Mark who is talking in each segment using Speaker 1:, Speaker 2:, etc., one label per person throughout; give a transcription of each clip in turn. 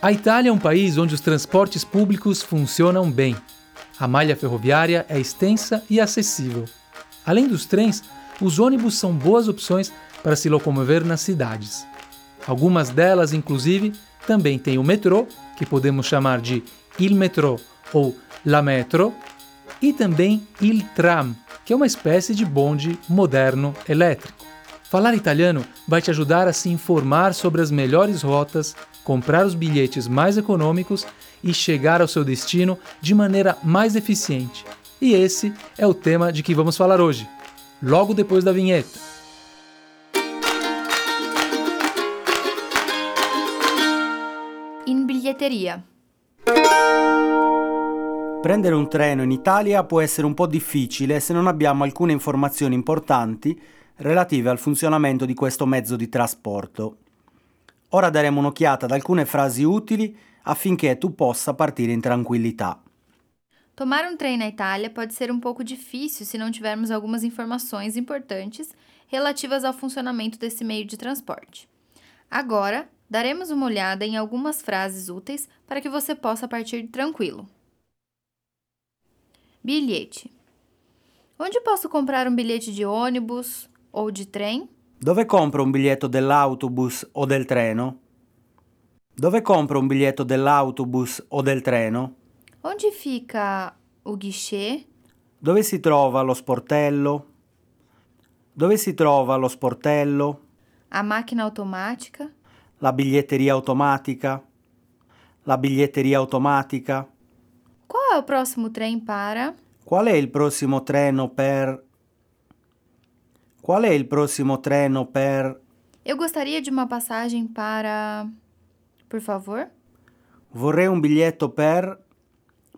Speaker 1: A Itália é um país onde os transportes públicos funcionam bem. A malha ferroviária é extensa e acessível. Além dos trens, os ônibus são boas opções para se locomover nas cidades. Algumas delas, inclusive, também têm o metrô, que podemos chamar de il metrô ou la metro, e também il tram, que é uma espécie de bonde moderno elétrico. Falar italiano vai te ajudar a se informar sobre as melhores rotas, comprar os bilhetes mais econômicos e chegar ao seu destino de maneira mais eficiente. E esse é o tema de que vamos falar hoje, logo depois da vinheta.
Speaker 2: In biglietteria.
Speaker 3: Prendere un treno in Italia può essere un po' difficile se non abbiamo alcune informazioni importanti relative al funzionamento di questo mezzo di trasporto. Ora daremo un'occhiata ad alcune frasi utili affinché tu possa partire in tranquillità.
Speaker 2: Tomar um trem na Itália pode ser um pouco difícil se não tivermos algumas informações importantes relativas ao funcionamento desse meio de transporte. Agora, daremos uma olhada em algumas frases úteis para que você possa partir tranquilo. Bilhete: Onde posso comprar um bilhete de ônibus ou de trem?
Speaker 3: Dove compro un biglietto dell'autobus o del treno? Dove compro un biglietto dell'autobus o del treno?
Speaker 2: Onde fica o guichê?
Speaker 3: Dove si trova lo sportello? Dove si trova lo sportello?
Speaker 2: A máquina automática?
Speaker 3: La biglietteria automatica? La biglietteria automatica?
Speaker 2: Qual é o próximo trem para?
Speaker 3: Qual è il prossimo treno per... Qual è il prossimo treno per...
Speaker 2: Eu gostaria de uma passagem para. Por favor?
Speaker 3: Vorrei un biglietto per...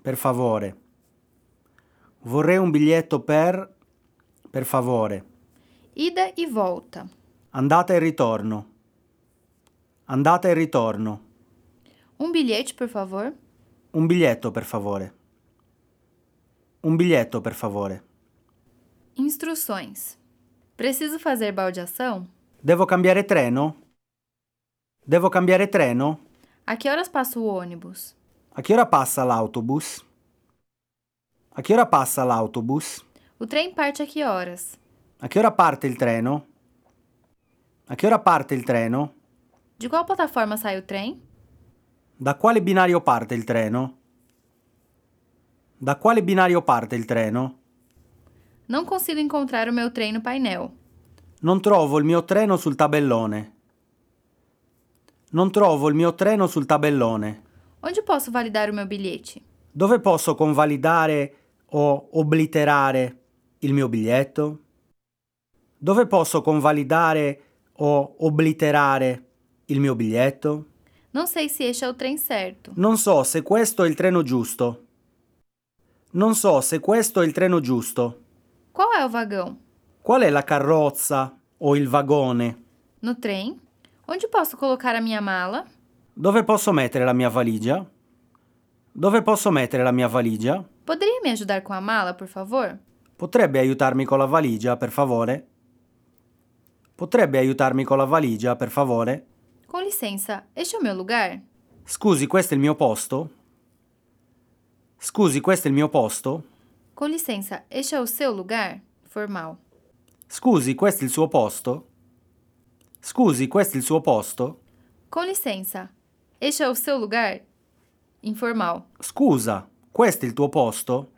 Speaker 3: Per favore. Vorrei un biglietto per... Per favore.
Speaker 2: Ida e volta.
Speaker 3: Andata e ritorno. Andata e ritorno.
Speaker 2: Um bilhete, por favor.
Speaker 3: Un biglietto, per favore. Un biglietto, per favore.
Speaker 2: Instruções. Preciso fazer baldeação?
Speaker 3: Devo cambiare treno? Devo cambiare treno?
Speaker 2: A que horas passa o ônibus?
Speaker 3: A che ora passa l'autobus? A che ora passa l'autobus?
Speaker 2: O trem parte a que horas?
Speaker 3: A che ora parte il treno? A che ora parte il treno?
Speaker 2: De qual plataforma sai o trem?
Speaker 3: Da quale binario parte il treno? Da quale binario parte il treno?
Speaker 2: Não consigo encontrar o meu trem no painel.
Speaker 3: Non trovo il mio treno sul tabellone. Non trovo il mio treno sul tabellone.
Speaker 2: Onde posso validar o meu bilhete?
Speaker 3: Dove posso convalidare o obliterare il mio biglietto? Dove posso convalidare o obliterare il mio biglietto?
Speaker 2: Não sei se este é o trem certo.
Speaker 3: Non so se questo è il treno giusto. Non so se questo è il treno giusto.
Speaker 2: Qual é o vagão?
Speaker 3: Qual è la carrozza o il vagone?
Speaker 2: No trem? Onde posso colocar a minha mala?
Speaker 3: Dove posso mettere la mia valigia? Dove posso mettere la mia valigia?
Speaker 2: Poderia me ajudar com a mala, por favor?
Speaker 3: Potrebbe aiutarmi con la valigia, per favore? Potrebbe aiutarmi con la valigia, per favore?
Speaker 2: Com licença, este é o meu lugar?
Speaker 3: Scusi, questo è il mio posto? Scusi, questo è il mio posto?
Speaker 2: Com licença, este é o seu lugar? Formal.
Speaker 3: Scusi, questo è il suo posto? Scusi, questo è il suo posto?
Speaker 2: Com licença, este é o seu lugar? Informal.
Speaker 3: Scusa, questo è il tuo posto?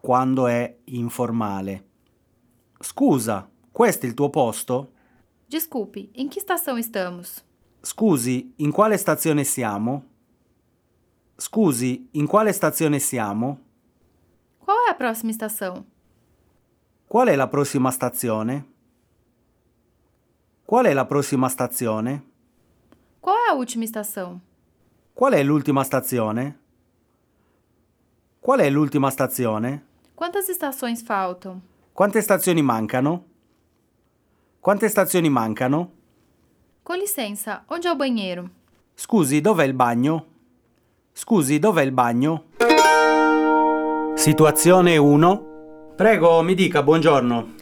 Speaker 3: Quando è informale. Scusa, questo è il tuo posto?
Speaker 2: Desculpe, em que estação estamos?
Speaker 3: Scusi, in quale stazione siamo? Scusi, in quale stazione siamo?
Speaker 2: Qual é a próxima estação?
Speaker 3: Qual è la prossima stazione? Qual è la prossima stazione?
Speaker 2: Qual é a última estação?
Speaker 3: Qual è l'ultima stazione? Qual è l'ultima stazione?
Speaker 2: Quantas estações faltam?
Speaker 3: Quante stazioni mancano? Quante stazioni mancano?
Speaker 2: Com licença, onde é o banheiro?
Speaker 3: Scusi, dov'è il bagno? Scusi, dov'è il bagno? Situazione 1. Prego, mi dica, buongiorno.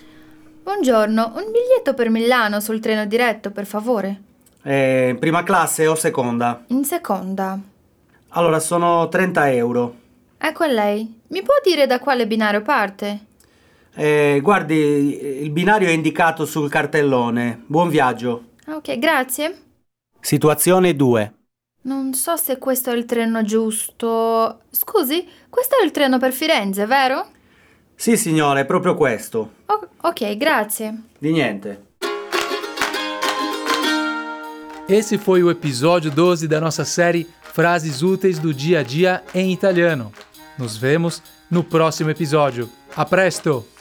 Speaker 2: Buongiorno, un biglietto per Milano sul treno diretto, per favore?
Speaker 3: Eh, prima classe o seconda?
Speaker 2: In seconda.
Speaker 3: Allora, sono 30 euro.
Speaker 2: Ecco a lei. Mi può dire da quale binario parte?
Speaker 3: Eh, guardi, il binario è indicato sul cartellone. Buon viaggio.
Speaker 2: Ah, ok, grazie.
Speaker 3: Situazione 2.
Speaker 2: Non so se questo è il treno giusto. Scusi, questo è il treno per Firenze, vero?
Speaker 3: Sì, signore, è proprio questo.
Speaker 2: O- ok, grazie.
Speaker 3: Di niente.
Speaker 1: Esse foi o episódio 12 da nossa série Frases Úteis do Dia a Dia em Italiano. Nos vemos no próximo episódio. A presto!